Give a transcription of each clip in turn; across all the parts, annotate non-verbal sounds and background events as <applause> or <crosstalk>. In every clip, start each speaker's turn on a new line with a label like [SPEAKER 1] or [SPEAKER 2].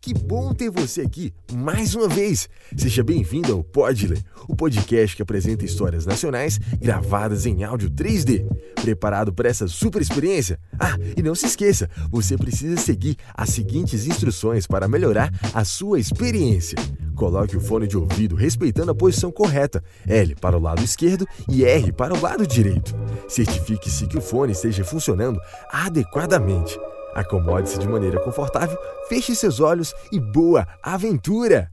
[SPEAKER 1] que bom ter você aqui mais uma vez. Seja bem-vindo ao Podler, o podcast que apresenta histórias nacionais gravadas em áudio 3D. Preparado para essa super experiência? Ah, e não se esqueça, você precisa seguir as seguintes instruções para melhorar a sua experiência. Coloque o fone de ouvido respeitando a posição correta, L para o lado esquerdo e R para o lado direito. Certifique-se que o fone esteja funcionando adequadamente. Acomode-se de maneira confortável, feche seus olhos e boa aventura!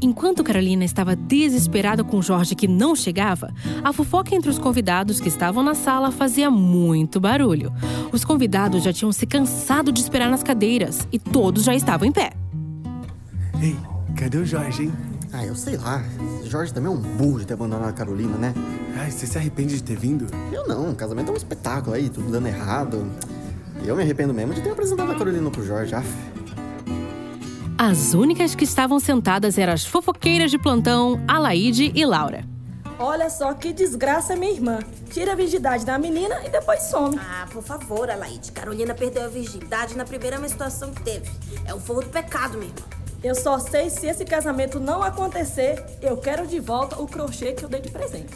[SPEAKER 2] Enquanto Carolina estava desesperada com Jorge que não chegava, a fofoca entre os convidados que estavam na sala fazia muito barulho. Os convidados já tinham se cansado de esperar nas cadeiras e todos já estavam em pé.
[SPEAKER 3] Ei, cadê o Jorge, hein?
[SPEAKER 4] Ah, eu sei lá. Esse Jorge também é um burro de ter abandonado a Carolina, né?
[SPEAKER 3] Ai, você se arrepende de ter vindo?
[SPEAKER 4] Eu não, o casamento é um espetáculo aí, tudo dando errado. Eu me arrependo mesmo de ter apresentado a Carolina pro Jorge, af.
[SPEAKER 2] As únicas que estavam sentadas eram as fofoqueiras de plantão, Alaide e Laura.
[SPEAKER 5] Olha só que desgraça, minha irmã. Tira a virgindade da menina e depois some.
[SPEAKER 6] Ah, por favor, Alaide. Carolina perdeu a virgindade na primeira menstruação que teve. É o forro do pecado, minha irmã.
[SPEAKER 5] Eu só sei se esse casamento não acontecer, eu quero de volta o crochê que eu dei de presente.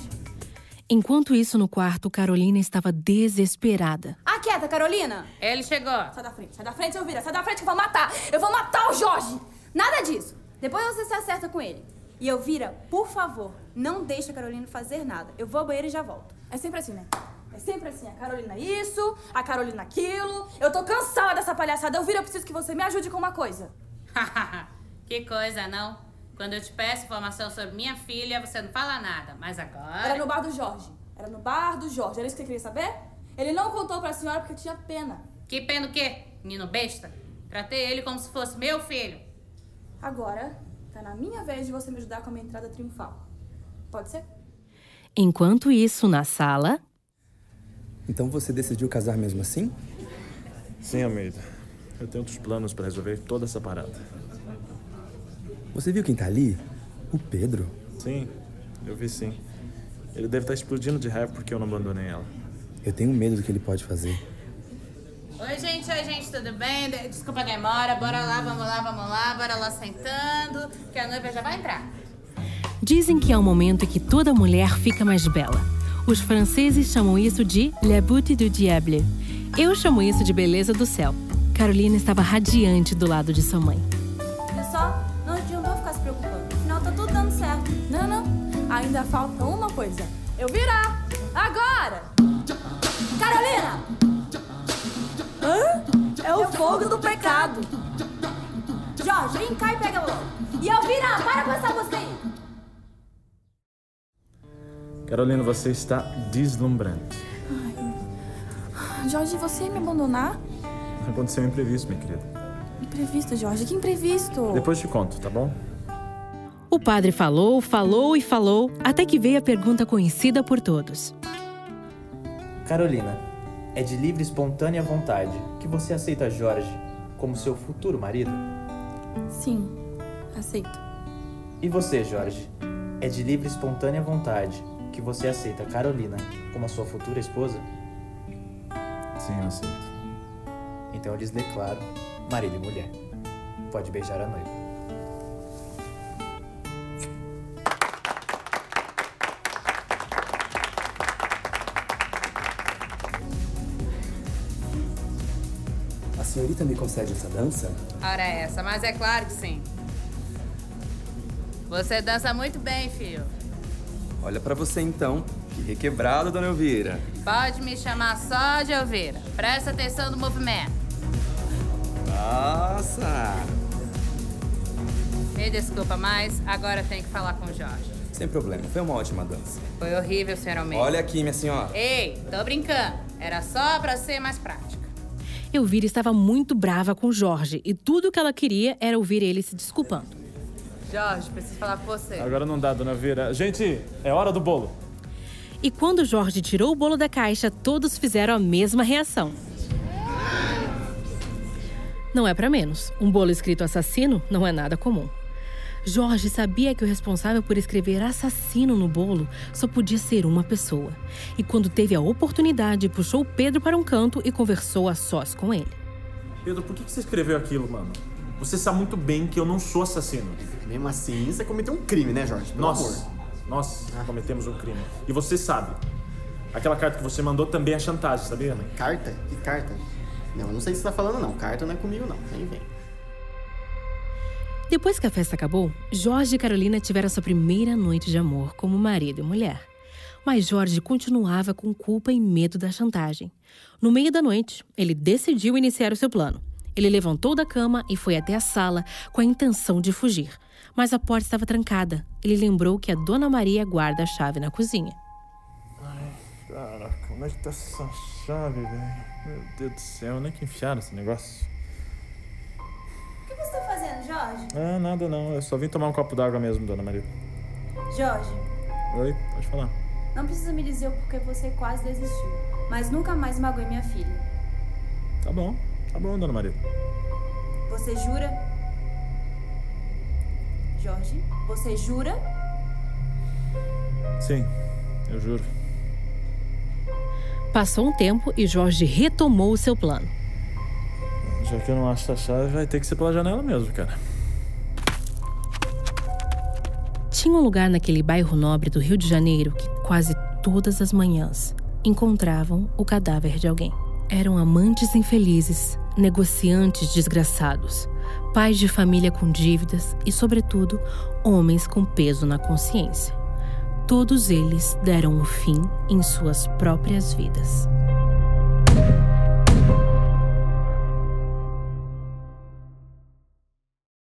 [SPEAKER 2] Enquanto isso, no quarto, Carolina estava desesperada.
[SPEAKER 7] Ah, quieta, Carolina!
[SPEAKER 8] É, Ele chegou.
[SPEAKER 7] Sai da frente, sai da frente, Elvira, sai da frente que eu vou matar! Eu vou matar o Jorge! Nada disso! Depois você se acerta com ele. E Elvira, por favor, não deixa a Carolina fazer nada. Eu vou ao banheiro e já volto. É sempre assim, né? É sempre assim, a Carolina isso, a Carolina aquilo. Eu tô cansada dessa palhaçada. Elvira, eu preciso que você me ajude com uma coisa.
[SPEAKER 8] <laughs> que coisa, não? Quando eu te peço informação sobre minha filha, você não fala nada. Mas
[SPEAKER 7] Era
[SPEAKER 8] agora.
[SPEAKER 7] no bar do Jorge. Era no bar do Jorge. Era isso que você queria saber? Ele não contou pra senhora porque tinha pena.
[SPEAKER 8] Que pena o quê? Menino besta? Tratei ele como se fosse meu filho.
[SPEAKER 7] Agora, tá na minha vez de você me ajudar com a minha entrada triunfal. Pode ser?
[SPEAKER 2] Enquanto isso, na sala.
[SPEAKER 9] Então você decidiu casar mesmo assim?
[SPEAKER 10] Sim, Almeida. Eu tenho outros planos pra resolver toda essa parada.
[SPEAKER 9] Você viu quem tá ali? O Pedro.
[SPEAKER 10] Sim, eu vi sim. Ele deve estar explodindo de raiva porque eu não abandonei ela.
[SPEAKER 9] Eu tenho medo do que ele pode fazer.
[SPEAKER 8] Oi, gente, oi, gente, tudo bem? De- Desculpa a demora. Bora lá, vamos lá, vamos lá. Bora lá sentando, que a noiva já vai entrar.
[SPEAKER 2] Dizem que é o momento em que toda mulher fica mais bela. Os franceses chamam isso de La Beauté du Diable. Eu chamo isso de beleza do céu. Carolina estava radiante do lado de sua mãe.
[SPEAKER 7] Pessoal, É não adiantou ficar se preocupando. No final tá tudo dando certo. Não, não, não. Ainda falta uma coisa. Eu virar! Agora! Carolina! Hã? É o fogo do pecado. Jorge, vem cá e pega logo. E eu virar! Para com essa música aí!
[SPEAKER 10] Carolina, você está deslumbrante.
[SPEAKER 7] Jorge, você ia me abandonar?
[SPEAKER 10] Aconteceu um imprevisto, minha querida.
[SPEAKER 7] Imprevisto, Jorge, que imprevisto!
[SPEAKER 10] Depois te conto, tá bom?
[SPEAKER 2] O padre falou, falou e falou, até que veio a pergunta conhecida por todos.
[SPEAKER 11] Carolina, é de livre e espontânea vontade que você aceita Jorge como seu futuro marido?
[SPEAKER 7] Sim, aceito.
[SPEAKER 11] E você, Jorge, é de livre e espontânea vontade que você aceita Carolina como a sua futura esposa?
[SPEAKER 10] Sim, eu aceito.
[SPEAKER 11] Então eu lhes declaro marido e mulher. Pode beijar a noiva.
[SPEAKER 9] A senhorita me concede essa dança?
[SPEAKER 8] Ora essa, mas é claro que sim. Você dança muito bem, filho.
[SPEAKER 9] Olha pra você então. Que requebrado, dona Elvira.
[SPEAKER 8] Pode me chamar só de Elvira. Presta atenção no movimento.
[SPEAKER 9] Nossa!
[SPEAKER 8] Me desculpa, mas agora tenho que falar com o Jorge.
[SPEAKER 9] Sem problema, foi uma ótima dança.
[SPEAKER 8] Foi horrível, senhor Almeida.
[SPEAKER 9] Olha aqui, minha senhora.
[SPEAKER 8] Ei, tô brincando. Era só pra ser mais prática.
[SPEAKER 2] Elvira estava muito brava com Jorge e tudo o que ela queria era ouvir ele se desculpando.
[SPEAKER 8] Jorge, preciso falar com você.
[SPEAKER 10] Agora não dá, dona Vera. Gente, é hora do bolo.
[SPEAKER 2] E quando Jorge tirou o bolo da caixa, todos fizeram a mesma reação. Não é pra menos. Um bolo escrito assassino não é nada comum. Jorge sabia que o responsável por escrever assassino no bolo só podia ser uma pessoa. E quando teve a oportunidade, puxou Pedro para um canto e conversou a sós com ele.
[SPEAKER 10] Pedro, por que, que você escreveu aquilo, mano? Você sabe muito bem que eu não sou assassino.
[SPEAKER 4] Mesmo assim, você cometeu um crime, né, Jorge? Pelo
[SPEAKER 10] nós, nós cometemos um crime. E você sabe. Aquela carta que você mandou também é chantagem, sabia?
[SPEAKER 4] Carta? Que carta? Não, eu não sei o que você tá falando, não. Carta não é comigo, não. Nem vem.
[SPEAKER 2] Depois que a festa acabou, Jorge e Carolina tiveram sua primeira noite de amor como marido e mulher. Mas Jorge continuava com culpa e medo da chantagem. No meio da noite, ele decidiu iniciar o seu plano. Ele levantou da cama e foi até a sala com a intenção de fugir. Mas a porta estava trancada. Ele lembrou que a dona Maria guarda a chave na cozinha.
[SPEAKER 10] Cara, como é que tá essa chave, velho? Meu Deus do céu, nem que enfiaram esse negócio.
[SPEAKER 7] O que você tá fazendo, Jorge?
[SPEAKER 10] Ah, nada não. Eu só vim tomar um copo d'água mesmo, dona Maria.
[SPEAKER 7] Jorge,
[SPEAKER 10] Oi, pode falar.
[SPEAKER 7] não precisa me dizer o porquê você quase desistiu, mas nunca mais magoe minha filha.
[SPEAKER 10] Tá bom, tá bom, dona Maria.
[SPEAKER 7] Você jura? Jorge, você jura?
[SPEAKER 10] Sim, eu juro.
[SPEAKER 2] Passou um tempo e Jorge retomou o seu plano.
[SPEAKER 10] Já que eu não acho a chave, vai ter que ser pela janela mesmo, cara.
[SPEAKER 2] Tinha um lugar naquele bairro nobre do Rio de Janeiro que quase todas as manhãs encontravam o cadáver de alguém. Eram amantes infelizes, negociantes desgraçados, pais de família com dívidas e, sobretudo, homens com peso na consciência. Todos eles deram um fim em suas próprias vidas.